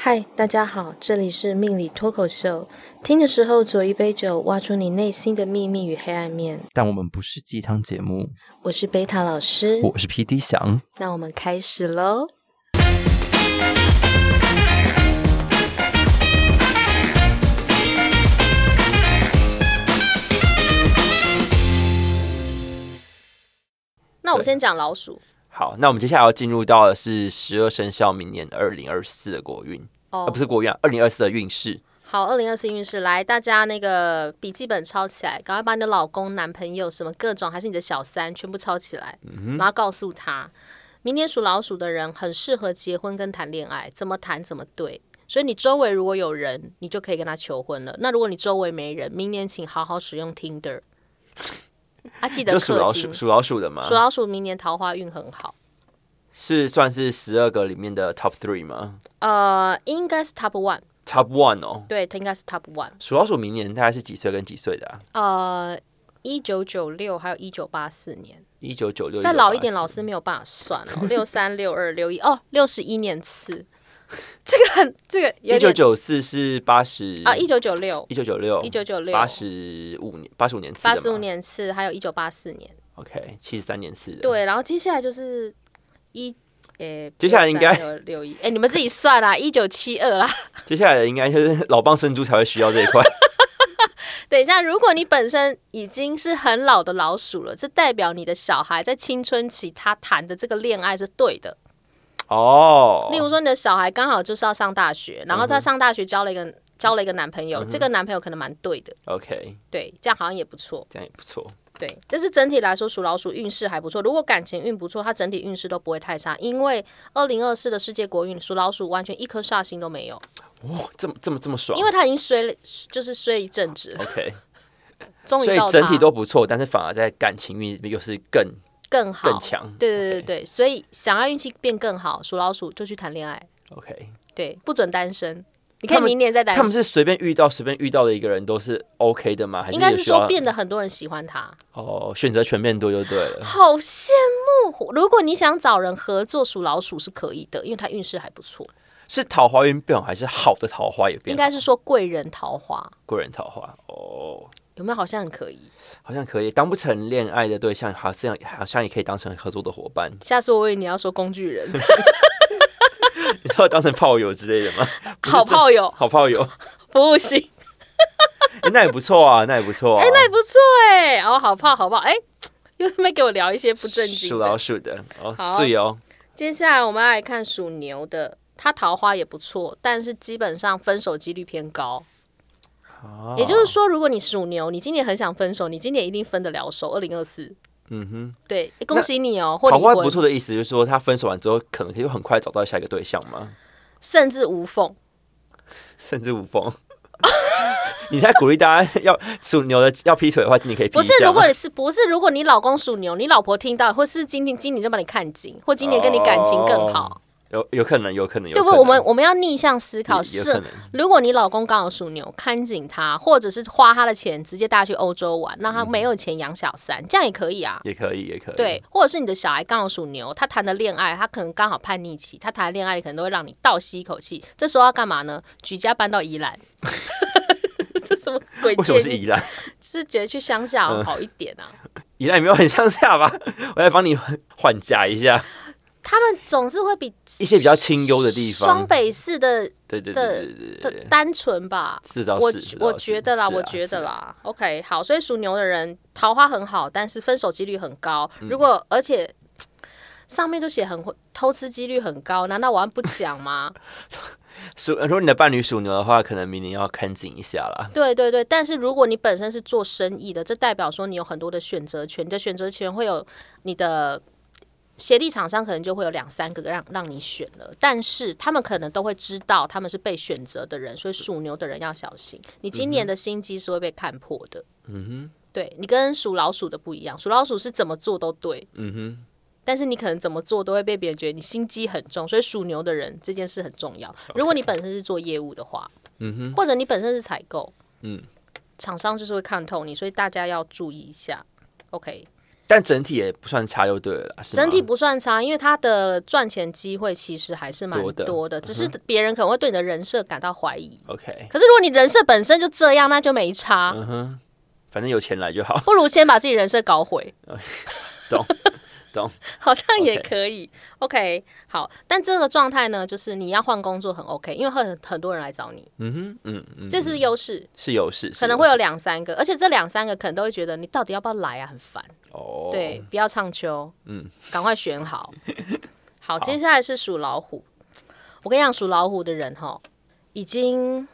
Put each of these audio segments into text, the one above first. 嗨，大家好，这里是命理脱口秀。听的时候酌一杯酒，挖出你内心的秘密与黑暗面。但我们不是鸡汤节目，我是贝塔老师，我是 P D 翔。那我们开始喽。那我们先讲老鼠好，那我们接下来要进入到的是十二生肖明年二零二四的国运，哦，啊，不是国运、啊，二零二四的运势。好，二零二四运势来，大家那个笔记本抄起来，赶快把你的老公、男朋友什么各种，还是你的小三，全部抄起来，嗯然后告诉他，明年属老鼠的人很适合结婚跟谈恋爱，怎么谈怎么对。所以你周围如果有人，你就可以跟他求婚了。那如果你周围没人，明年请好好使用 Tinder，啊，记得就属氪老金鼠，。属啊老鼠的吗属？老鼠明年桃花运很好，是算是十二个里面的 top three 吗呃，应该是 Top One， ？Top one 哦，对，他应该是 Top One，属老鼠明年大概是几岁跟几岁的、啊？呃，一九九六还有一九八四年。一九九六，再老一点，老师没有办法算 哦，六三、六二、六一，哦，六十一年次，这个很这个有一九点九四是八十啊，一九九六、一九九六，一九九六、八十五年，八十五年次的八吗，十五年次，还有一九八四年， ，OK，七十三年次的，，对，然后接下来就是一，诶，接下来应该六一，哎，你们自己算啦，一九七二啦。 接下来应该就是老蚌生珠才会需要这一块。等一下，如果你本身已经是很老的老鼠了，这代表你的小孩在青春期他谈的这个恋爱是对的。哦，例如说，你的小孩刚好就是要上大学，然后嗯他上大学交了一个交了一个男朋友，这个男朋友可能蛮对的， OK，对，这样好像也不错，这样也不错。对。但是整体来说，属老鼠运势还不错，如果感情运不错，它整体运势都不会太差，因为二零二四的世界国运属老鼠完全一颗煞星都没有，哇，这么这么这么爽因为他已经衰了，就是衰一阵子了， ，OK，终于所以到它整体都不错，但是反而在感情运又是更更好，更强。对对对对，所以想要运气变更好，属老鼠就去谈恋爱， ，OK，对，不准单身，你可以他们明年再单他们身。是随便遇到随便遇到的一个人都是 OK 的吗？还应有该是需要说变得很多人喜欢他，哦，选择权变多就对了。好羡慕！如果你想找人合作，属老鼠是可以的，因为他运势还不错，是桃花运变好，还是好的桃花也应变好？该是说贵人桃花贵人桃花哦，有没有？好像很可以。好像可以当不成恋爱的对象，好像好像也可以当成合作的伙伴， 下次我以为你要说工具人，你知道当成炮友之类的吗？ 不是好这炮友好炮友，不 行，诶那也不错啊，那也不错啊。那也不错哎、哦，好炮好炮哎、又他妈给我聊一些不正经属老的。鼠的哦，好是哦，接下来我们要来看属牛的，他桃花也不错，但是基本上分手几率偏高。哦也就是说，如果你属牛，你今年很想分手，你今年一定分得了手。二零二四，嗯哼。对，恭喜你哦，或桃离花婚，不错的意思就是说，他分手完之后，可能可以很快找到下一个对象吗？ 甚至无缝。甚至无缝。 你在鼓励大家要属牛的要劈腿的话，今年可以劈不一是，下吗如果你是不是如果你老公属牛，你老婆听到，或是今天今年就把你看紧，或今年跟你感情更好，有有可能，有哦可能，有对不对？可能我们我们要逆向思考，也也有可是能如果你老公刚好属牛，看紧他，或者是花他的钱直接带他去欧洲玩，让他没有钱养小三，这样也可以啊。也可以，也嗯可以。对，或者是你的小孩刚好属牛，他谈的恋爱，他可能刚好叛逆期，他谈的恋爱可能都会让你倒吸一口气。这时候要干嘛呢？举家搬到宜兰， 这什么鬼为什么建是议？宜嗯兰？是觉得去乡下好一点啊。宜兰也没有很向下吧？我来帮你缓夹一下他们总是会比一些比较清幽的地双方。北市的对对的对对对的对，单纯吧。是倒我是是我倒是觉得啦，是啊我觉得是啊啦，OK，好，所以属牛的人桃花很好，但是分手几率很高。嗯如果而且上面都写很会偷吃几率很高，难道我还不讲吗？属如果你的伴侣属牛的话，可能明年要看紧一下啦。对对对，但是如果你本身是做生意的，这代表说你有很多的选择权，你的选择权会有你的协力厂商可能就会有两三个让让你选了，但是他们可能都会知道他们是被选择的人，所以属牛的人要小心，你今年的心机是会被看破的。嗯对你跟属老鼠的不一样，属老鼠是怎么做都对，哼，嗯哼，但是你可能怎么做都会被别人觉得你心机很重，所以属牛的人这件事很重要。如果你本身是做业务的话，嗯哼，或者你本身是采购，嗯，厂商就是会看透你，所以大家要注意一下。OK，但整体也不算差，就对了啦，是吗整体不算差，因为他的赚钱机会其实还是蛮多的嗯多的，只是别人可能会对你的人设感到怀疑。 OK，可是如果你人设本身就这样，那就没差，嗯哼，反正有钱来就好， 不如先把自己人设搞毁， 懂懂， 好像也 OK 可以。OK，好，但这个状态呢，就是你要换工作很 OK，因为很很多人来找你，嗯哼，嗯嗯，这是优势，是有事，是可能有会事有两三个，而且这两三个可能都会觉得你到底要不要来啊，很烦。哦，对，不要唱秋，嗯嗯，赶快选 好。好，接下来是属老虎。我跟你讲，属老虎的人哈，已经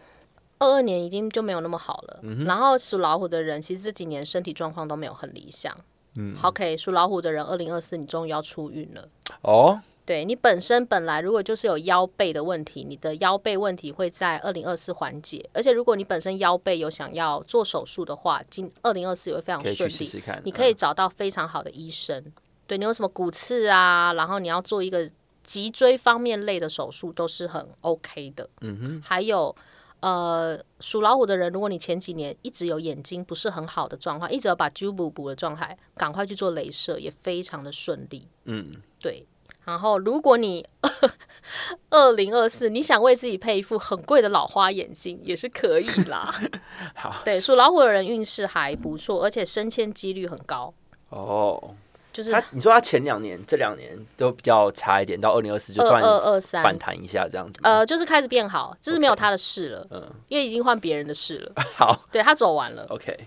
二二年已经就没有那么好了。然后属老虎的人，其实这几年身体状况都没有很理想。嗯，OK，属老虎的人，二零二四你终于要出运了。哦，对你本身本来如果就是有腰背的问题，你的腰背问题会在二零二四缓解，而且如果你本身腰背有想要做手术的话，今二零二四也会非常可以顺去利。试试看，你可以找到非常好的医生。对你有什么骨刺啊，然后你要做一个脊椎方面类的手术，都是很 OK 的。嗯哼，还有。呃，属老虎的人，如果你前几年一直有眼睛不是很好的状况，一直有把揪补补的状态，赶快去做镭射，也非常的顺利。嗯，对。然后，如果你 二零二四你想为自己配一副很贵的老花眼镜，也是可以啦。嗯 好对，属老虎的人运势还不错，而且升迁几率很高。哦。就是他你说他前两年、这两年都比较差一点，到二零二四就二突然二二反三，弹一下这样子。呃，就是开始变好，就是没有他的事了嗯因为已经换别人的事了。 好对他走完了， ，OK，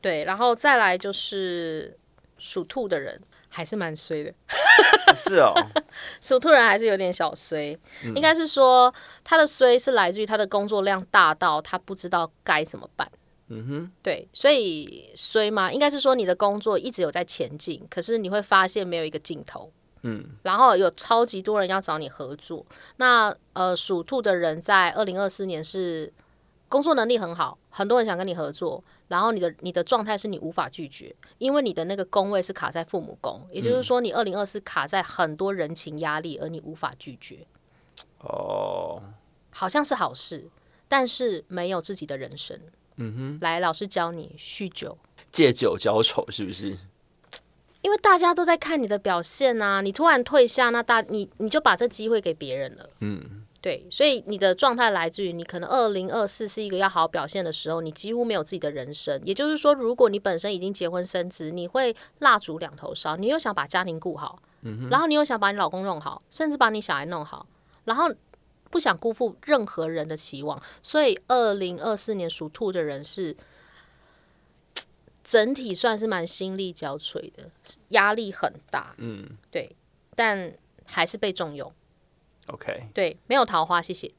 对，然后再来就是属兔的人还是蛮衰的， 是哦，属兔人还是有点小衰，嗯应该是说他的衰是来自于他的工作量大到他不知道该怎么办。嗯哼，对，所以衰嘛，应该是说你的工作一直有在前进，可是你会发现没有一个尽头。嗯，然后有超级多人要找你合作。那呃，属兔的人在二零二四年是工作能力很好，很多人想跟你合作，然后你的你的状态是你无法拒绝，因为你的那个宫位是卡在父母宫，也就是说你二零二四卡在很多人情压力，而你无法拒绝， 哦，好像是好事，但是没有自己的人生。嗯哼，来，老师教你酗酒。借酒浇愁是不是？因为大家都在看你的表现啊，你突然退下，那大你你就把这机会给别人了。嗯，对，所以你的状态来自于你可能二零二四是一个要好好表现的时候，你几乎没有自己的人生。也就是说，如果你本身已经结婚生子，你会蜡烛两头烧，你又想把家庭顾好，然后你又想把你老公弄好，甚至把你小孩弄好，然后不想辜负任何人的期望。所以，二零二四年属兔的人是。整体算是蛮心力交瘁的，压力很大，嗯，对，但还是被重用， OK，对，没有桃花，谢谢。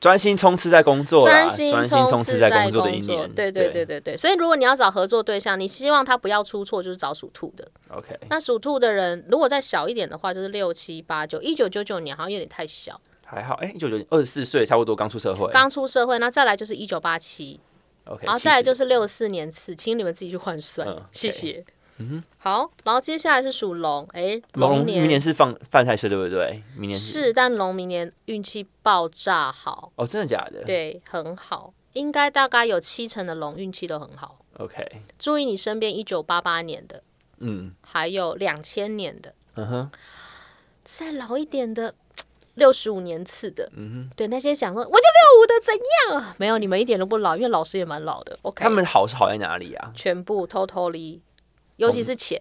专心冲刺在工作啦，专专心冲刺在工作的一年，对对对对对。所以如果你要找合作对象，你希望他不要出错，就是找属兔的。 ，OK，那属兔的人，如果再小一点的话，就是六七八九，一九九九年好像有点太小，还好，哎，九九二十四岁，差不多刚出社会刚出社会。那再来就是一九八七， ，OK，然后再来就是是六四年次，请你们自己去换算，嗯谢谢。嗯，好，然后接下来是属龙，哎，龙明年年是放犯太岁对不对？明年是，但龙明年运气爆炸好，哦，真的假的？对，很好，应该大概有七成的龙运气都很好。 ，OK，注意你身边一九八八年的，嗯还有两千年的，嗯哼，再老一点的，六十五年次的，嗯对那些想说我就六五的怎样啊？没有，你们一点都不老，因为老师也蛮老的。OK，他们好是好在哪里啊全部偷偷离，尤其是钱，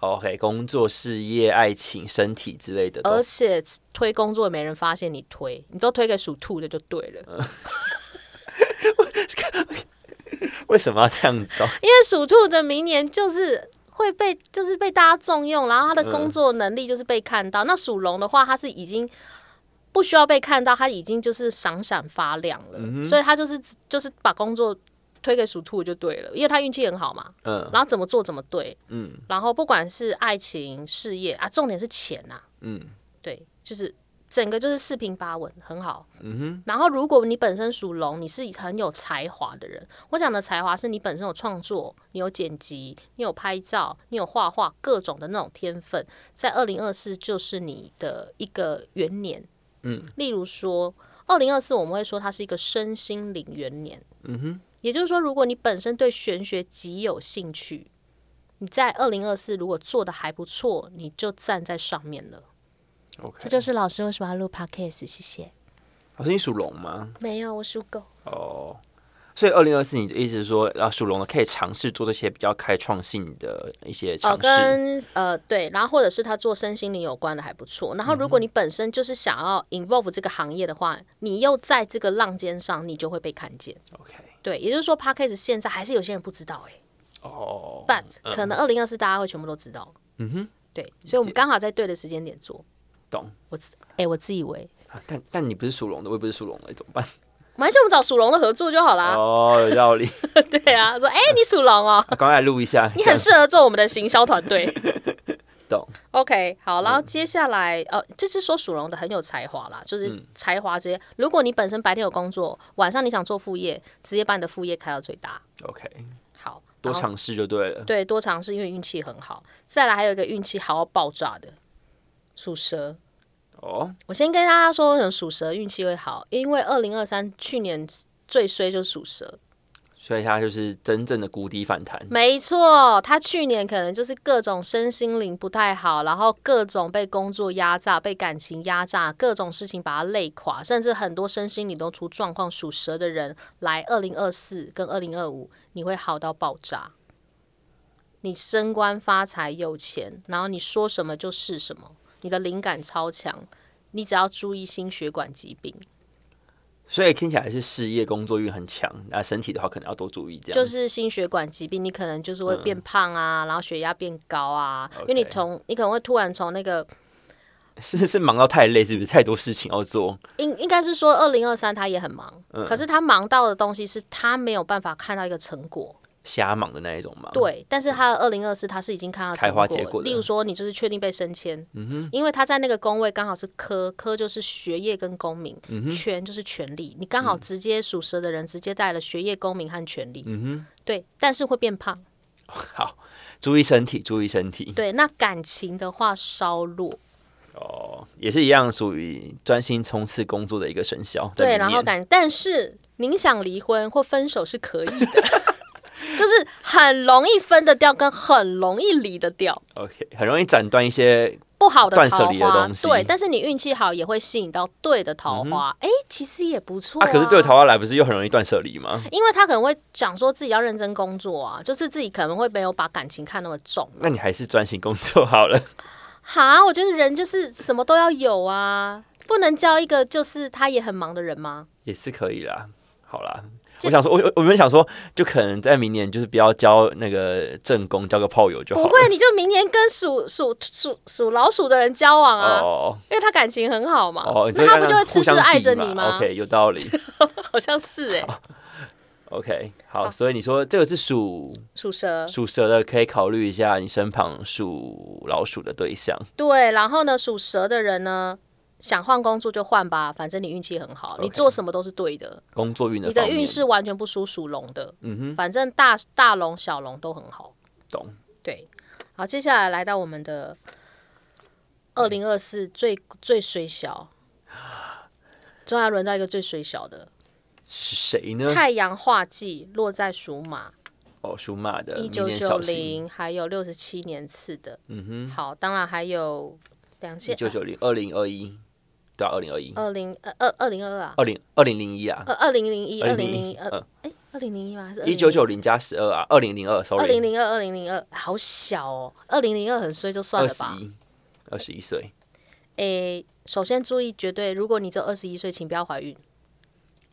哦？OK，工作、事业、爱情、身体之类的都而且推工作也没人发现你推，你都推给属兔的就对了，为什么要这样子哦？因为属兔的明年就是。会被就是被大家重用，然后他的工作能力就是被看到。那属龙的话，他是已经不需要被看到，他已经就是闪闪发亮了，嗯所以他就是就是把工作推给属兔就对了，因为他运气很好嘛，嗯然后怎么做怎么对，嗯然后不管是爱情、事业啊，重点是钱呐、嗯对，就是整个就是四平八稳，很好。嗯哼，然后，如果你本身属龙，你是很有才华的人。我讲的才华是你本身有创作，你有剪辑，你有拍照，你有画画，各种的那种天分，在二零二四就是你的一个元年。嗯，例如说，二零二四我们会说它是一个身心灵元年。嗯哼，也就是说，如果你本身对玄学极有兴趣，你在二零二四如果做的还不错，你就站在上面了。 OK，这就是老师为什么要录 podcast，谢谢。老师，你属龙吗？没有，我属狗。哦，所以二零二四，你的意思是说，啊，属龙的可以尝试做这些比较开创性的一些尝呃，试。跟呃对，然后或者是他做身心灵有关的还不错。然后如嗯果你本身就是想要 involve 这个行业的话，你又在这个浪尖上，你就会被看见。 OK，对，也就是说 p a c k a g e 现在还是有些人不知道哎、哦， b u t 可能二零二四大家会全部都知道。嗯哼，对，所以我们刚好在对的时间点做。懂。我自哎、我自以为，啊但但你不是属龙的，我也不是属龙的，怎么办？蛮像我们找属龙的合作就好啦。哦，有道理。 对啊，说哎、你属龙哦，啊刚才录一 下，你很适合做我们的行销团队。 懂。 OK，好，然后接下来，呃，这是说属龙的很有才华啦，嗯就是才华这些。如果你本身白天有工作，晚上你想做副业，直接把你的副业开到最大。 OK，好，多然后尝试就对了。对多尝试，因为运气很好。再来还有一个运气好到爆炸的属蛇。哦，我先跟大家说，为什么属蛇运气会好，因为二零二三去年最衰就是属蛇，所以它就是真正的谷底反弹。没错，他去年可能就是各种身心灵不太好，然后各种被工作压榨、被感情压榨，各种事情把他累垮，甚至很多身心灵都出状况。属蛇的人来二零二四跟二零二五，你会好到爆炸。你升官发财有钱，然后你说什么就是什么，你的灵感超强，你只要注意心血管疾病，所以听起来是事业工作运很强，那身体的话可能要多注意这样。嗯就是心血管疾病，你可能就是会变胖啊，然后血压变高啊，因为你 OK 从你可能会突然从那个是是忙到太累，是不是太多事情要做？应应该是说二零二三他也很忙，嗯可是他忙到的东西是他没有办法看到一个成果，瞎忙的那一种忙。，对，但是他的二零二四他是已经看到成哦开花结果了的嗯例如说你就是确定被升迁，因为他在那个工位刚好是科，科就是学业跟公民，嗯权就是权利，你刚好直接属蛇的人直接带了学业、公民和权利，嗯对，但是会变胖。好，注意身体，注意身体。对，那感情的话稍弱，哦，也是一样，属于专心冲刺工作的一个生肖。在对，里然后面感，但是您想离婚或分手是可以的， 就是很容易分得掉，跟很容易离得掉。 OK，很容易斩断一些。不好的断舍桃离的花东，西嗯对，但是你运气好也会吸引到对的桃花，哎、其实也不错、啊，可是对桃花来不是又很容易断舍离吗？因为他可能会讲说自己要认真工作啊，就是自己可能会没有把感情看那么重。那你还是专心工作好了。 哈，我觉得人就是什么都要有啊，不能交一个就是他也很忙的人吗？也是可以啦。好啦，这我想说，我我我们想说，就可能在明年就是不要交那个正宫，交个炮友就好不了。会，你就明年跟属属属属老鼠的人交往啊，哦因为他感情很好嘛，哦，那你他说不就会痴互痴相地爱着比你嘛吗？ ？OK，有哦道理。 好像是哎、 OK，好，所以你说这个是属属蛇属蛇的，可以考虑一下你身旁属老鼠的对象。对，然后呢，属蛇的人呢，想换工作就换吧，反正你运气很好，你做什么都是对的，工作运的你的方面运势完全不输属龙的，嗯反正大大龙小龙都很好，懂对。好，接下来来到我们的二零二四最最水小，终于要轮到一个最水小的，是谁呢？太阳化忌落在属马，哦，属马的，一明九年九小心。零还有六十七年次的，嗯哼，好，当然还有两一千九九零，二零二一，对啊，二零二一，二零二二二零二二啊，二零二零零一啊，呃二二零零一二零零一二嗯，哎二零零一吗？还是一九九零加十二啊，二零零二二，sorry，零零二二零零二，好小哦，二零零二很衰就算二了十吧。一，二十一岁。诶，首先注意，绝对如果你只有二十一岁，请不要怀孕，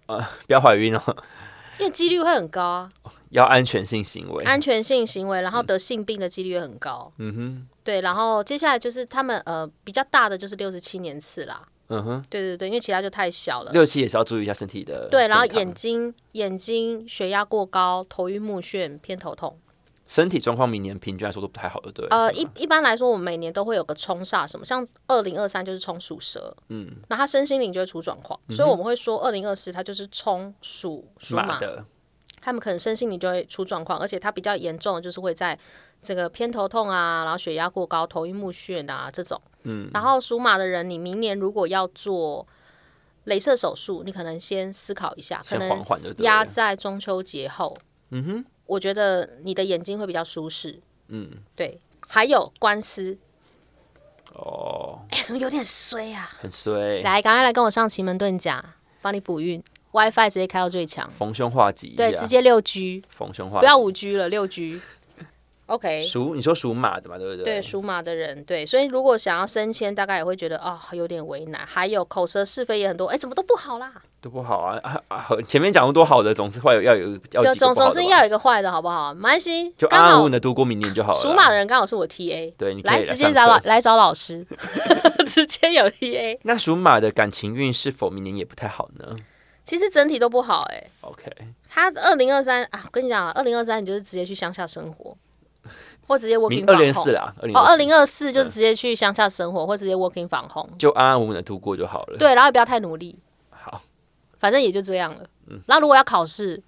不要怀孕哦， 因为几率会很高啊，要安全性行为。安全性行为，然后得性病的几率也很高。哎嗯对，然后接下来就是他们呃比较大的就是六十七年次啦，哼，嗯哼，对对对，因为其他就太小了。六七也是要注意一下身体的健康。对，然后眼睛、眼睛血压过高、头晕目眩、偏头痛。身体状况，明年平均来说都不太好的，对。呃，是一吗一般来说，我们每年都会有个冲煞什么，像二零二三就是冲属蛇，嗯，那他身心灵就会出状况，嗯所以我们会说二零二四它就是冲属属马，的，他们可能身心灵就会出状况，而且它比较严重的就是会在这个偏头痛啊，然后血压过高、头晕目眩啊这种，嗯，然后属马的人，你明年如果要做镭射手术，你可能先思考一下，可先能缓缓就对了压在中秋节后，嗯哼，我觉得你的眼睛会比较舒适，嗯，对，还有官司，哦，哎哎、怎么有点衰啊？很衰，来，赶快来跟我上奇门遁甲，帮你补运，WiFi 直接开到最强，逢凶化吉一下，对，直接六 G，逢凶化吉。不要五 G 了，六 G。OK，属你说属马的嘛，对不对？对，属马的人，对，所以如果想要升迁，大概也会觉得啊、有点为难。还有口舌是非也很多，哎，怎么都不好啦？都不好啊 啊啊！和前面讲那么多好的，总是会有要有要有对，几个总不总好的是吧要有一个坏的，好不好？没关系，就安刚安稳好稳的度过明年就好了啦。属马的人刚好是我 TA，对，你可以来来直接上找课老来找老师， 直接有 TA。那属马的感情运是否明年也不太好呢其实整体都不好哎、 ？OK，他二零二三啊，我跟你讲、啊，二零二三你就是直接去乡下生活，或直接 working 明二房零四哦，嗯啦，二零二零二四就直接去乡下生活，或直接 working 房红。就安安稳稳的度过就好了。，对，然后也不要太努力，好，反正也就这样了。嗯然后如果要考试，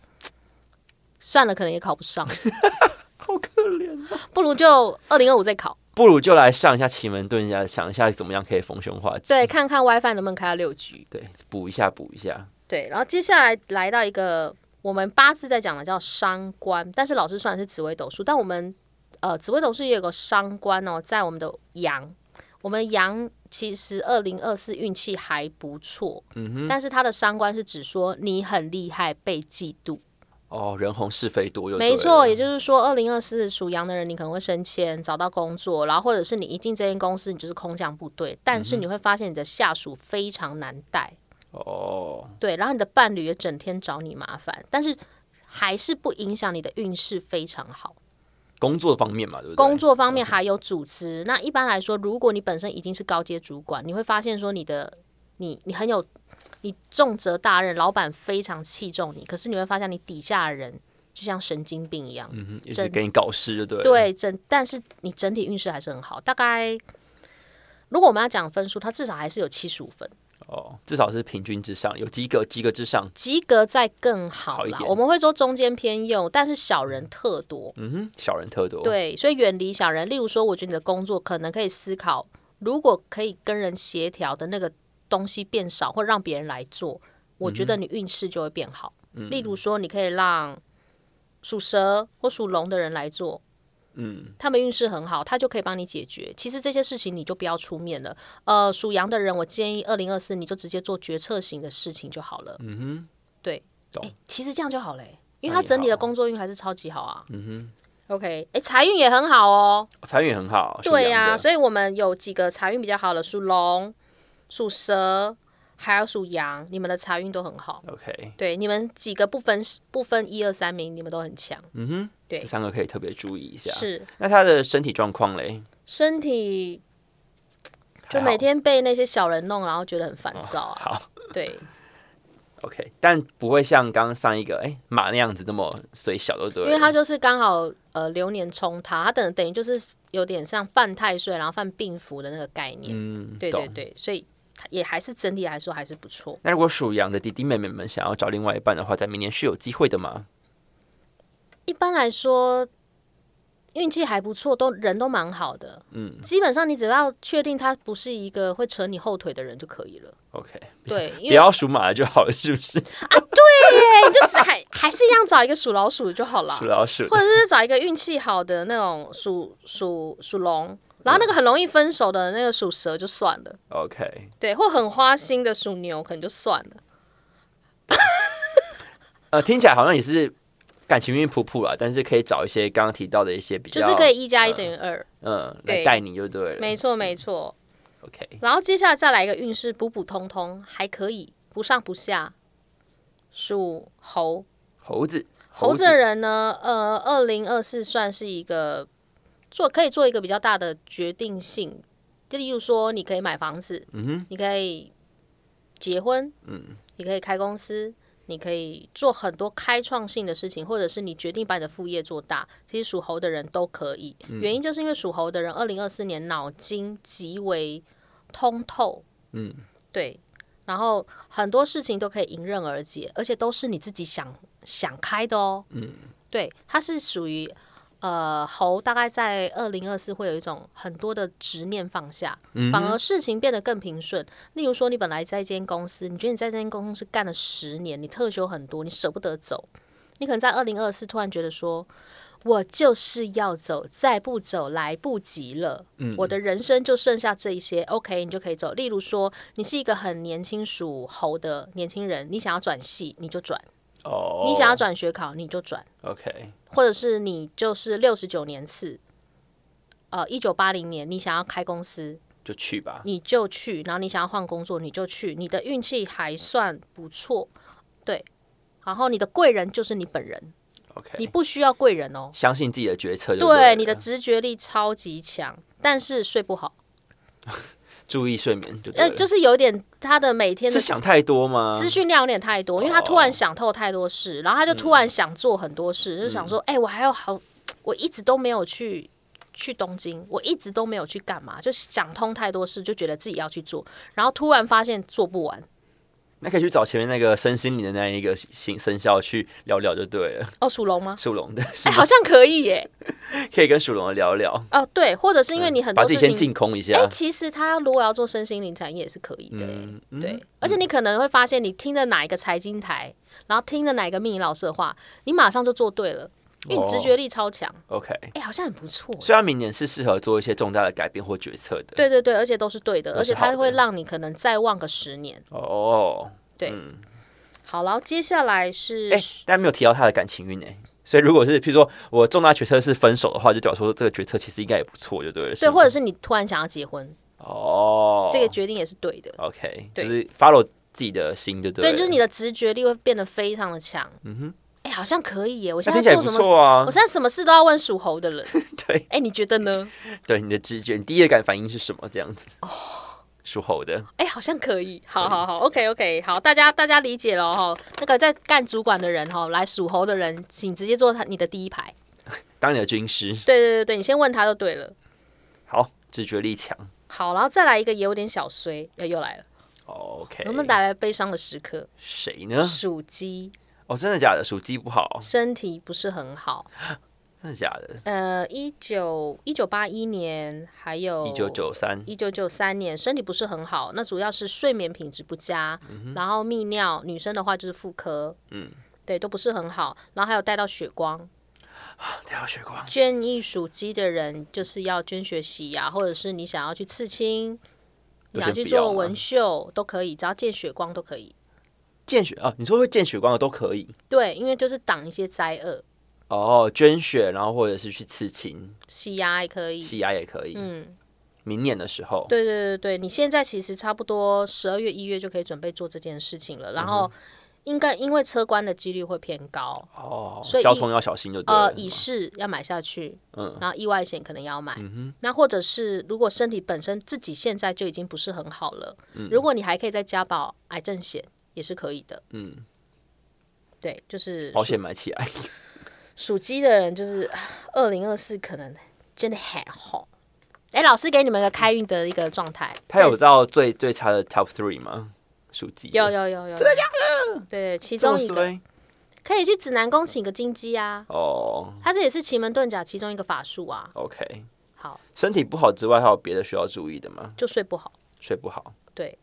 算了，可能也考不上， 好可怜。啊不如就二零二五再考，不如就来上一下奇门遁甲，想一下怎么样可以逢凶化吉。对，看看 WiFi 能不能开到六 G。对，补一下补一下。对，然后接下来来到一个我们八字在讲的叫伤官，但是老师虽然是紫微斗数，但我们呃紫微斗数也有个伤官哦，在我们的阳，我们阳其实二零二四运气还不错，嗯哼，但是它的伤官是指说你很厉害被嫉妒。哦，人红是非多又没错，也就是说，二零二四属羊的人，你可能会升迁，找到工作，然后或者是你一进这间公司，你就是空降部队，但嗯是你会发现你的下属非常难带，哦，对，然后你的伴侣也整天找你麻烦，但是还是不影响你的运势非常好。工作方面嘛，对不对？嗯工作方面还有组织，那一般来说，如果你本身已经是高阶主管，你会发现说你的你你很有你重责大任，老板非常器重你，可是你会发现你底下的人就像神经病一样。嗯哼，一直整给你搞事就对了。对，整但是你整体运势还是很好，大概如果我们要讲分数，它至少还是有七十五分，哦，至少是平均之上，有及格及格之上。及格再更好好一啦。点我们会说中间偏右，但是小人特多，嗯哼，小人特多。，对，所以远离小人。例如说，我觉得你的工作可能可以思考，如果可以跟人协调的那个东西变少，或让别人来做，我觉嗯得你运势就会变好。例如说，你可以让属蛇或属龙的人来做，嗯，他们运势很好，他就可以帮你解决。其实这些事情你就不要出面了。呃，属羊的人，我建议二零二四你就直接做决策型的事情就好了。嗯哼，对，懂诶其实这样就好嘞、欸因为他那也整体的好啊工作运还是超级好啊。嗯哼，OK，哎、财运也很好哦。财运很好。属对羊呀、的所以我们有几个财运比较好的，属龙、属蛇，还有属羊，你们的财运都很好。 OK，对，你们几个不分不分一二三名，你们都很强。嗯哼，对这三个可以特别注意一下。是那他的身体状况嘞？身体就还好哦每天被那些小人弄，然后觉得很烦躁啊。好对， ，OK，但不会像刚刚上一个哎、马那样子那么虽小，对不对因了？为他就是刚好呃流年冲他，他等等于就是有点像犯太岁，然后犯病符的那个概念。嗯，对懂对对，所以他也还是整体来说还是不错。那如果属羊的弟弟妹妹们想要找另外一半的话，在明年是有机会的吗？一般来说，运气还不错，都人都蛮好的。嗯，基本上你只要确定他不是一个会扯你后腿的人就可以了。 OK， 对，因不为要属马的就好了，是不是？你就只还还是一样找一个属老鼠的就好了。 属老鼠的或者是找一个运气好的那种属属属龙，然后那个很容易分手的那个属蛇就算了， OK，对，或很花心的属牛可能就算了。呃，听起来好像也是感情运普普啦，但是可以找一些刚刚提到的一些比较，就是可以一加一等于二，嗯来对带你就对了。没错没错。 OK，然后接下来再来一个运势普普通通，还可以不上不下，属猴。猴子，猴子的人呢，呃，二零二四算是一个做可以做一个比较大的决定性，就例如说，你可以买房子，嗯哼，你可以结婚，嗯，你可以开公司，你可以做很多开创性的事情，或者是你决定把你的副业做大。其实属猴的人都可以，原因就是因为属猴的人二零二四年脑筋极为通透，嗯，对，然后很多事情都可以迎刃而解，而且都是你自己想想开的哦，嗯，对，它是属于。呃，猴大概在二零二四会有一种很多的执念放下，反而事情变得更平顺。例如说，你本来在一间公司，你觉得你在这间公司干了十年，你特休很多，你舍不得走。你可能在二零二四突然觉得说，我就是要走，再不走来不及了。嗯，我的人生就剩下这一些。OK，你就可以走。例如说，你是一个很年轻属猴的年轻人，你想要转系你就转，哦，你想要转学考你就转， OK，或者是你就是六十九年次，呃，一九八零年你想要开公司就去吧。你就去，然后你想要换工作你就去，你的运气还算不错，对。然后你的贵人就是你本人，你 OK，不需要贵人哦，相信自己的决策就对对，了你的直觉力超级强，但是睡不好，注意睡眠就对呃，了。就是有点他的每天的是想太多吗？哦资讯量有点太多，因为他突然想透太多事，然后他就突然想做很多嗯事，就想说，哎、我还有好，我一直都没有去去东京，我一直都没有去干嘛，就想通太多事，就觉得自己要去做，然后突然发现做不完。那可以去找前面那个身心灵的那一个星生肖去聊聊就对了。哦，属龙吗？属龙的，哎、 好像可以耶。可以跟属龙的聊聊，哦，对，或者是因为你很嗯把多自事己先情，净空一哎、下。其实他如果要做身心灵产业也是可以的耶。嗯，嗯对，而且你可能会发现，你听了哪一个财经台，然后听了哪一个命理老师的话，你马上就做对了，因为你哦直觉力超强。 OK。哎、好像很不错耶。虽然明年是适合做一些重大的改变或决策的。 对对对，而且都是对的，都而是且好它的会让你可能再望个十年。哦，对嗯好，然后接下来是、哎、但没有提到他的感情运哎、所以如果是譬如说我重大决策是分手的话，就代表说这个决策其实应该也不错，就对了。对，是吗或者是你突然想要结婚，哦，这个决定也是对的。 OK，就对是 follow 自己的心就对了。对，就是你的直觉力会变得非常的强。嗯哼，哎、好像可以耶！我那现听在起来也做什不么，错啊我。现在什么事都要问属猴的人。 对哎、你觉得呢？对，你的直觉，你第一个感反应是什么？这样子哦，属猴的。哎、好像可以。好好好，OK OK，好，大家大家理解了哈。那个在干主管的人哈，来属猴的人，请直接坐他你的第一排。当你的军师，对对对对，你先问他就对了。好，直觉力强。好，然后再来一个也有点小衰，又又来了。 OK，我们带来悲伤的时刻，谁呢？属鸡哦，真的假的？属鸡不好，哦身体不是很好，真的假的？呃，一九一九八一年还有一九九三，一九九三年身体不是很好，那主要是睡眠品质不佳，嗯然后泌尿，女生的话就是妇科，嗯，对，都不是很好，然后还有带到血光。掉血光。建议属鸡的人就是要捐血洗牙，或者是你想要去刺青，都你想要先去不要做吗纹绣都可以，只要见血光都可以。见血啊，你说会见血光的都可以对，因为就是挡一些灾厄，哦，捐血，然后或者是去刺青、洗牙也可以，洗牙也可以。嗯，明年的时候，对对对对，你现在其实差不多十二月、一月就可以准备做这件事情了，嗯然后应该因为车关的几率会偏高，哦所，以交通要小心就对呃了，。乙式要买下去，嗯，然后意外险可能要买，那或者是如果身体本身自己现在就已经不是很好了，如果你还可以再加保癌症险也是可以的，嗯，对，就是保险买起来，属鸡的人就是二零二四可能真的很好。哎，老师给你们一个开运的一个状态，他有暂时到最最差的 top three 吗？属鸡的有有有有，真的假的？对，其这么中一个衰可以去指南宫请个金鸡啊，哦它这也是奇门遁甲其中一个法术啊。 ，OK。好，身体不好之外，还有别的需要注意的吗？就睡不好，睡不好。对，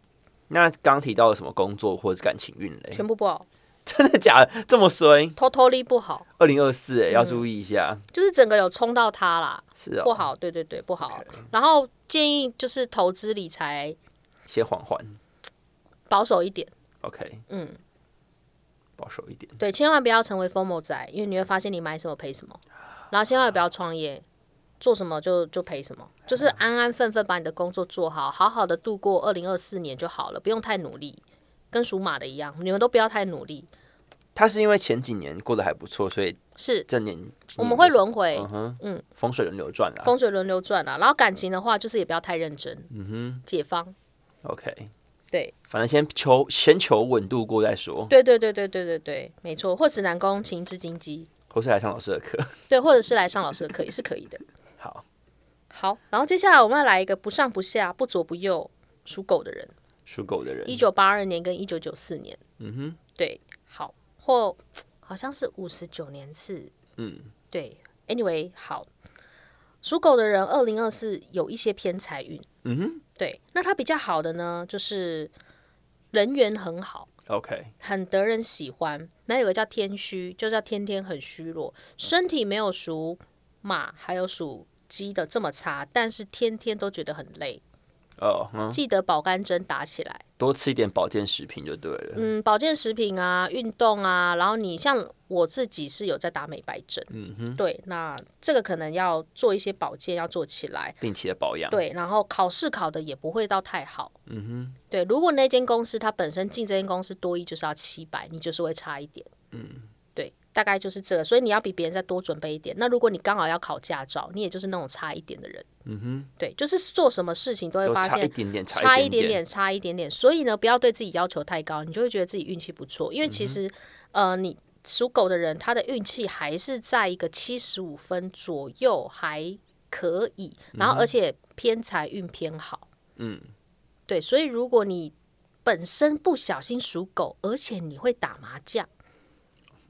那刚提到了什么工作或者感情运嘞？全部不好，真的假的？这么衰？偷偷力不好，二零二嗯四哎，要注意一下。就是整个有冲到它啦，是啊、不好，对对对，不好。然后建议就是投资理财先缓缓。保守一点， OK，嗯，保守一点。对，千万不要成为疯魔仔，因为你会发现你买什么赔什么，然后千万不要创业。做什么就就赔什么，就是安安分分把你的工作做好，好好的度过二零二四年就好了，不用太努力，跟属马的一样，你们都不要太努力。他是因为前几年过得还不错，所以是这年我们会轮回，嗯哼，嗯风水轮流转啦。风水轮流转啊啦。然后感情的话，就是也不要太认真，嗯哼，解放， OK，对，反正先求先求稳度过再说，对对对对对对对，没错，或指南宫、情之金鸡，或是来上老师的课。对，或者是来上老师的课也是可以的。 好，好，然后接下来我们要来一个不上不下、不左不右属狗的人，属狗的人一九八二年跟一九九四年，嗯哼，对，好，或好像是五十九年次，嗯，对，anyway，好，属狗的人二零二四有一些偏财运，嗯哼，对，那他比较好的呢，就是人缘很好， OK，很得人喜欢。那有个叫天虚，就叫天天很虚弱，身体没有属马还有属鸡的这么差，但是天天都觉得很累。哦，嗯，记得保肝针打起来，多吃一点保健食品就对了。嗯，保健食品啊，运动啊，然后你像我自己是有在打美白针，嗯哼，对，那这个可能要做一些保健，要做起来。定期的保养。，对，然后考试考的也不会到太好。嗯对，如果那间公司它本身进这间公司多一就是要七百，你就是会差一点。嗯，对，大概就是这个，所以你要比别人再多准备一点。那如果你刚好要考驾照，你也就是那种差一点的人。哼，嗯哼，对，就是做什么事情都会都发差一现点点，差一一点点。点，差一点点。所以呢，不要对自己要求太高，你就会觉得自己运气不错。因为嗯其实，呃，你属狗的人，他的运气还是在一个七十五分左右，还可以。然后，而且偏财运偏好。嗯，对，所以如果你本身不小心属狗，而且你会打麻将，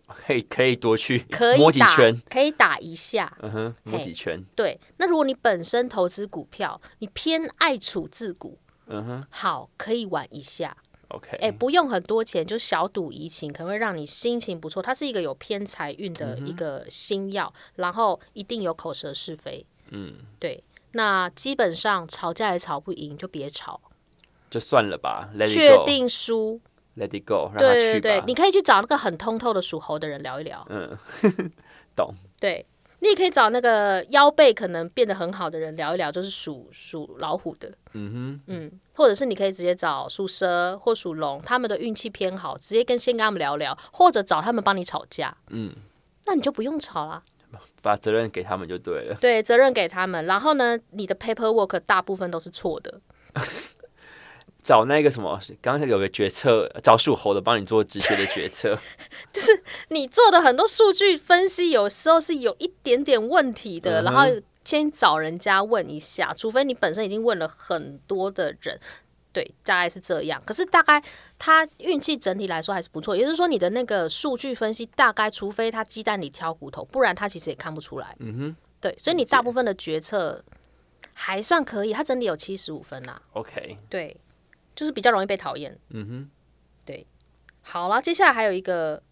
可以可以多去 可摸以几打圈，，可以打一下。嗯哼，摸嘿几圈，对，那如果你本身投资股票，你偏爱处置股，嗯哼好，可以玩一下。 ，OK，哎、不用很多钱，就小赌怡情，可能会让你心情不错。它是一个有偏财运的一个新药，然后一定有口舌是非。嗯，对。那基本上吵架也吵不赢，就别吵，就算了吧，Let 确 it 定输。 go，Let it go，让他对对去对，吧你。可以去找那个很通透的属猴的人聊一聊。嗯， 对，你也可以找那个腰背可能变得很好的人聊一聊，就是属属老虎的。嗯嗯，或者是你可以直接找属蛇或属龙，他们的运气偏好，直接跟先跟他们聊聊，或者找他们帮你吵架。嗯，那你就不用吵啦，哼，把责任给他们就对了。对，责任给他们。然后呢，你的 paperwork 大部分都是错的，找那个什么，刚才有个决策，找属猴的帮你做直接的 决策。你做的很多数据分析，有时候是有一点点问题的，嗯哼然后先找人家问一下，除非你本身已经问了很多的人。对，大概是这样。可是大概他运气整体来说还是不错，也就是说你的那个数据分析大概，除非他鸡蛋里挑骨头，不然他其实也看不出来。嗯哼对，所以你大部分的决策还算可以，他整体有七十五分啦、啊，OK，对，就是比较容易被讨厌。嗯哼，好了，接下来还有一个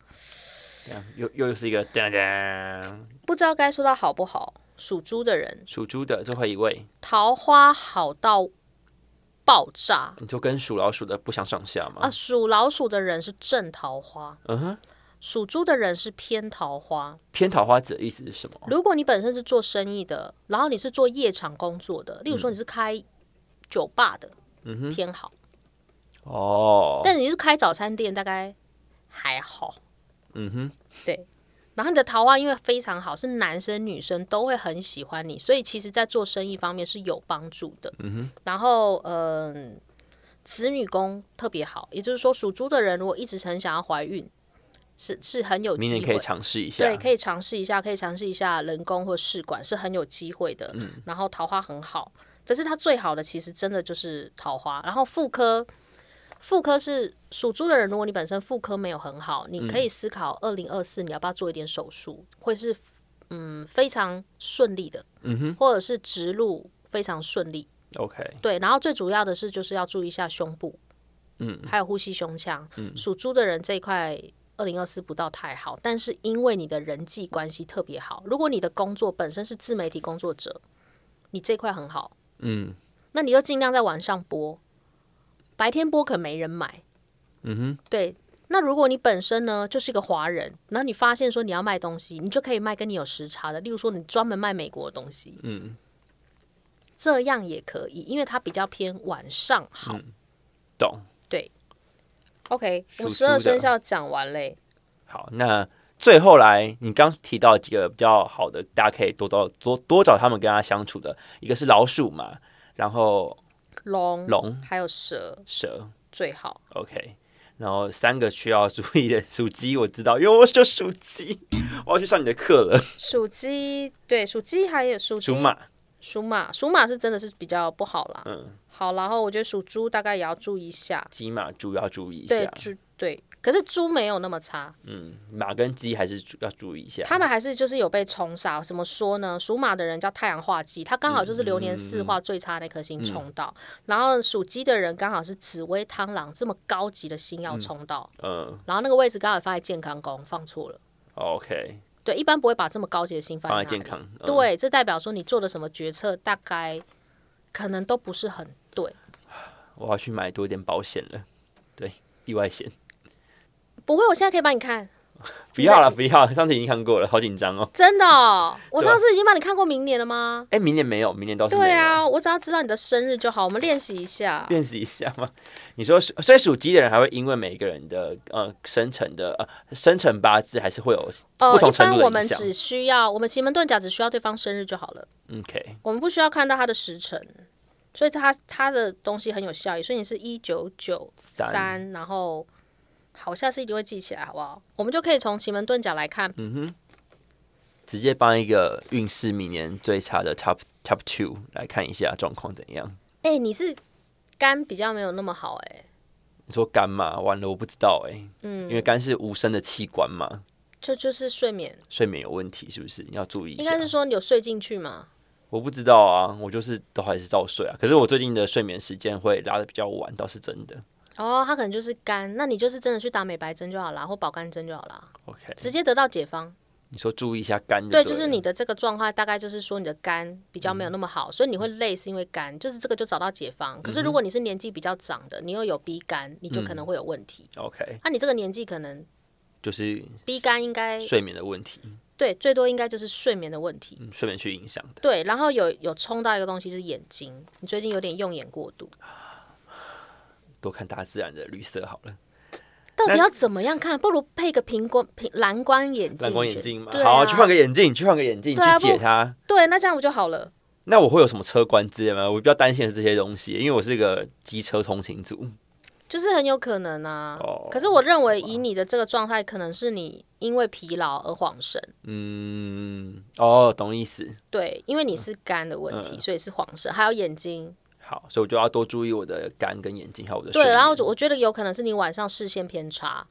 这样又又是一个噔噔，不知道该说到好不好，属猪的人属猪的最后一位，桃花好到爆炸你就跟属老鼠的不相上下嘛啊！。属老鼠的人是正桃花，嗯哼，属猪的人是偏桃花。偏桃花子的意思是什么？如果你本身是做生意的，然后你是做夜场工作的，例如说你是开酒吧的，嗯哼，偏好；哦，但你是开早餐店，大概还好。嗯哼，然后你的桃花因为非常好，是男生女生都会很喜欢你，所以其实在做生意方面是有帮助的。嗯哼。然后嗯、子女宫特别好，也就是说属猪的人如果一直很想要怀孕，是是很有明机年可以会。尝试一下。对，可以尝试一下，可以尝试一下人工或试管是很有机会的。嗯然后桃花很好，可是它最好的其实真的就是桃花。然后妇科，妇科是属猪的人，如果你本身妇科没有很好，嗯你可以思考二零二四你要不要做一点手术，会是嗯非常顺利的，嗯哼或者是植入非常顺利。 ，OK，对，然后最主要的是就是要注意一下胸部，嗯，还有呼吸胸腔。属猪的人这一块，二零二四不到太好，但是因为你的人际关系特别好，如果你的工作本身是自媒体工作者，你这块很好，嗯那你就尽量在晚上播，白天播可没人买。嗯哼，对，那如果你本身呢就是一个华人，然后你发现说你要卖东西，你就可以卖跟你有时差的，例如说你专门卖美国的东西，嗯，这样也可以，因为它比较偏晚上好。懂。 OK，我嗯属们猪十二的生肖讲完嘞。好，那最后来，你刚提到几个比较好的，大家可以多找多多找他们跟他相处的，一个是老鼠嘛，然后龙、龙、还有蛇蛇最好。 ，OK，然后三个需要注意的属鸡，我知道，因为我就属鸡，我要去上你的课了。属鸡对，属鸡还有属鸡属马，属马属马是真的是比较不好啦。嗯，好，然后我觉得属猪大概也要注意一下。鸡马猪要注意一对下，，猪对，可是猪没有那么差，嗯，马跟鸡还是注要注意一下。他们还是就是有被冲杀。怎么说呢？属马的人叫太阳化忌，他刚好就是流嗯年四化最差那颗星冲到，然后属鸡的人刚好是紫薇、螳螂这么高级的星要冲到，嗯然后那个位置刚好放在健康宫，放错了。 ，OK，对，一般不会把这么高级的星放放在在那健里。康。嗯，对，这代表说你做的什么决策，大概可能都不是很对。我要去买多一点保险了。对，意外险。不会，我现在可以帮你看，不要了，不要了，上次已经看过了，好紧张哦。真的哦、我对啊上次已经帮你看过明年了吗？哎、明年没有，明年倒是没有。对啊，我只要知道你的生日就好，我们练习一下。练习一下嘛。 你说属，所以属鸡的人还会因为每个人的呃生辰的呃生辰八字还是会有呃不，同一程般度的我影们响只需要我们奇门遁甲只需要对方生日就好了，嗯 OK 我们不需要看到他的时辰，所以他他的东西很有效益。所以你是一九九三，然后好，我下次一定会记起来，好不好？我们就可以从奇门遁甲来看，嗯直接帮一个运势明年最差的 Top Top Two 来看一下状况怎样。哎、你是肝比较没有那么好、哎，你说肝嘛，完了我不知道哎、嗯因为肝是无声的器官嘛，就就是睡眠，睡眠有问题是不是？你要注意一应下该。是说你有睡进去嘛？我不知道啊，我就是都还是照睡啊。可是我最近的睡眠时间会拉的比较晚，倒是真的。哦，他可能就是肝，那你就是真的去打美白针就好啦，或保肝针就好啦， OK，直接得到解方。你说注意一下肝对，对嗯就是了你的这个状况，大概就是说你的肝比较没有那么好，所以你会累，是因为肝，就是这个就找到解方。可是嗯如果你是年纪比较长的，你又有 B 肝，你就可能会有问题。 OK，那、你这个年纪可能就是 B 肝应该睡眠的问题，对，最多应该就是睡眠的问题。嗯，睡眠去影响的。对，然后有有冲到一个东西就是眼睛，你最近有点用眼过度，多看大自然的绿色好了，到底那要怎么样看？不如配个苹果苹蓝光眼镜，蓝光你眼觉得镜嘛，对好、啊去换个眼镜，去换个眼镜，对啊去解它。对，那这样不就好了？那我会有什么车关之类吗？我比较担心的是这些东西，因为我是个机车通勤族。就是很有可能啊。哦可是我认为，以你的这个状态，可能是你因为疲劳而晃神，嗯，哦，懂意思。对，因为嗯你是肝的问题，所以是晃神，还有眼睛，好，所以我就要多注意我的肝跟眼睛，还有我的对。睡眠然后我觉得有可能是你晚上视线偏差，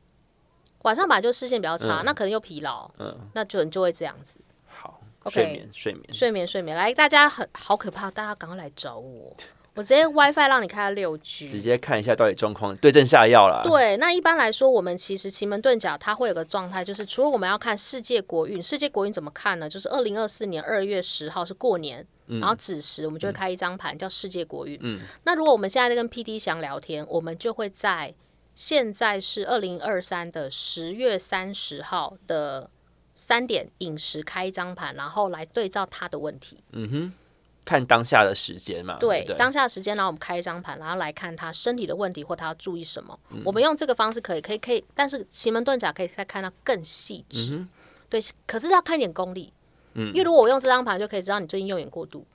晚上本来就视线比较差，那可能又疲劳，嗯，那就就会这样子。好 OK 睡眠睡眠睡眠，睡眠，来，大家很好可怕，大家赶快来找我，我直接 WiFi 让你开到六直 G。接看一下到底状况，对症下药啦。对，那一般来说，我们其实奇门遁甲它会有个状态，就是除了我们要看世界国运，世界国运怎么看呢？就是二零二四年二月十号是过年，然后子时我们就会开一张盘、叫世界国运。那如果我们现在在跟 P D 翔聊天，我们就会在现在是二零二三的十月三十号的三点饮食开一张盘，然后来对照他的问题。看当下的时间嘛。对对不对，当下的时间，然后我们开一张盘，然后来看他身体的问题或他要注意什么。我们用这个方式可以，可以，可以，但是奇门遁甲可以再看到更细致。对，可是要看一点功力，因为如果我用这张盘就可以知道你最近用眼过度，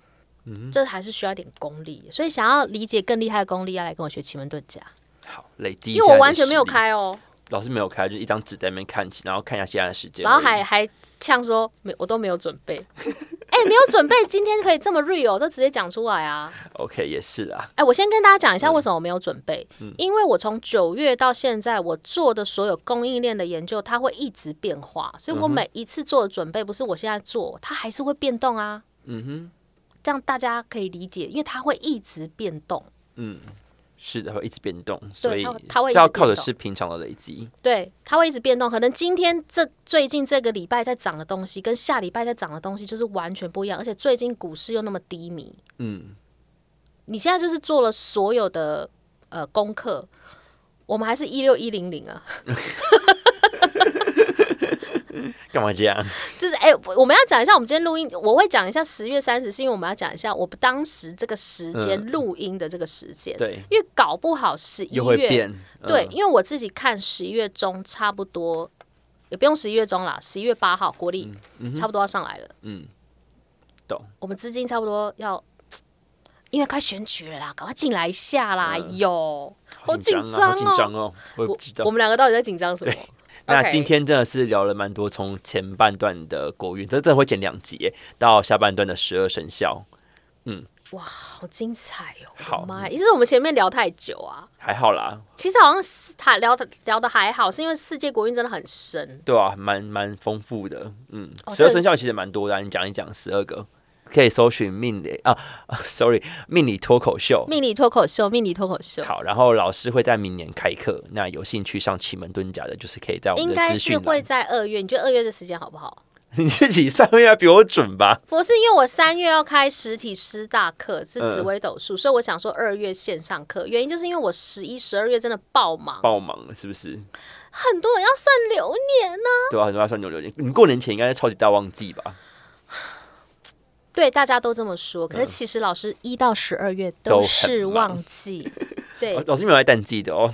这还是需要一点功力。所以想要理解更厉害的功力，要来跟我学奇门遁甲，好累积一下因为我完全没有你的实力，开哦，老师没有开，就一张纸在那边看起，然后看一下现在的时间而已，然后还还呛说没，我都没有准 备。哎、没有准备，今天可以这么 real，都直接讲出来啊！ OK 也是啦。哎，我先跟大家讲一下为什么我没有准备，因为我从九月到现在，我做的所有供应链的研究，它会一直变化，所以我每一次做的准备，不是我现在做，它还是会变动啊。嗯哼，这样大家可以理解，因为它会一直变动。是的，会一直变动，所以它会它会一是要直靠变的动是平常的累积。对，它会一直变动。可能今天这最近这个礼拜在涨的东西，跟下礼拜在涨的东西就是完全不一样，而且最近股市又那么低迷。嗯，你现在就是做了所有的呃功课，我们还是一六一零零啊。 干嘛这样？就是哎、我我们要讲一下，我们今天录音，我会讲一下十月三十，是因为我们要讲一下我们当时这个时间录音的这个时间， 嗯对，因为搞不好十一 又会月，变。嗯对，，因为我自己看十一月中差不多，也不用十一月中啦，十一月八号国历、差不多要上来了，嗯，懂。我们资金差不多要，因为快选举了啦，赶快进来一下啦，有、嗯好紧张啊，好紧紧张哦张哦，我也不知道我。们两个到底在紧张什么？那 OK 今天真的是聊了蛮多，从前半段的国运，这真的会剪两集耶，到下半段的十二生肖。嗯，哇，好精彩哦！我好的妈呀，也是我们前面聊太久啊。还好啦，其实好像是他聊的聊的还好，是因为世界国运真的很深。对啊，蛮蛮丰富的，嗯，哦十二对生肖其实蛮多的啊、你讲一讲十二个，可以搜寻命理啊 啊，sorry，命理脱口秀。命理脱口秀，命理脱口秀，好，然后老师会在明年开课，那有兴趣上奇门遁甲的，就是可以在我应们的该是资讯会栏。在二月。你觉得二月的时间好不好？ 你自己上面要比我准吧？不是，因为我三月要开实体师大课，是嗯紫微斗数，所以我想说二月线上课。原因就是因为我十一、十二月真的爆忙，爆忙了是不是？很多人要算流年呢、对啊，很多要算牛流年，你过年前应该是超级大旺季吧？对，大家都这么说。嗯可是其实老师一到十二月都都很是忙旺季，哦对，老师没有来淡季的哦。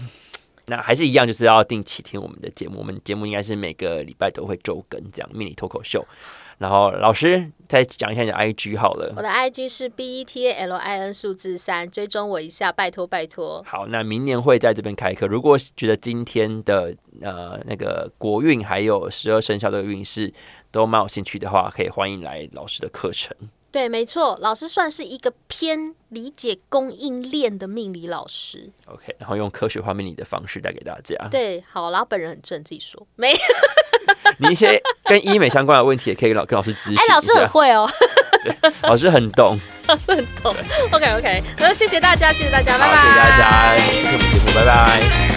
那还是一样，就是要定期听我们的节目。我们节目应该是每个礼拜都会周更这样，命理脱口秀。然后老师再讲一下你的 IG 好了。我的 IG 是 B E T A L I N 数字三，追踪我一下，拜托拜托。好，那明年会在这边开课。如果觉得今天的呃那个国运还有十二生肖这个运势都蛮有兴趣的话，可以欢迎来老师的课程。对，没错，老师算是一个偏理解供应链的命理老师。 OK，然后用科学化命理的方式带给大家。对，好，然后本人很正，自己说没。哎 你一些跟医美相关的问题，也可以跟老跟老师咨询一下。哎，老师很会哦，老师很懂。老 师很懂。OK OK，那谢谢大家，谢谢大家，拜好，拜，谢谢大家，今天我们节目，拜拜。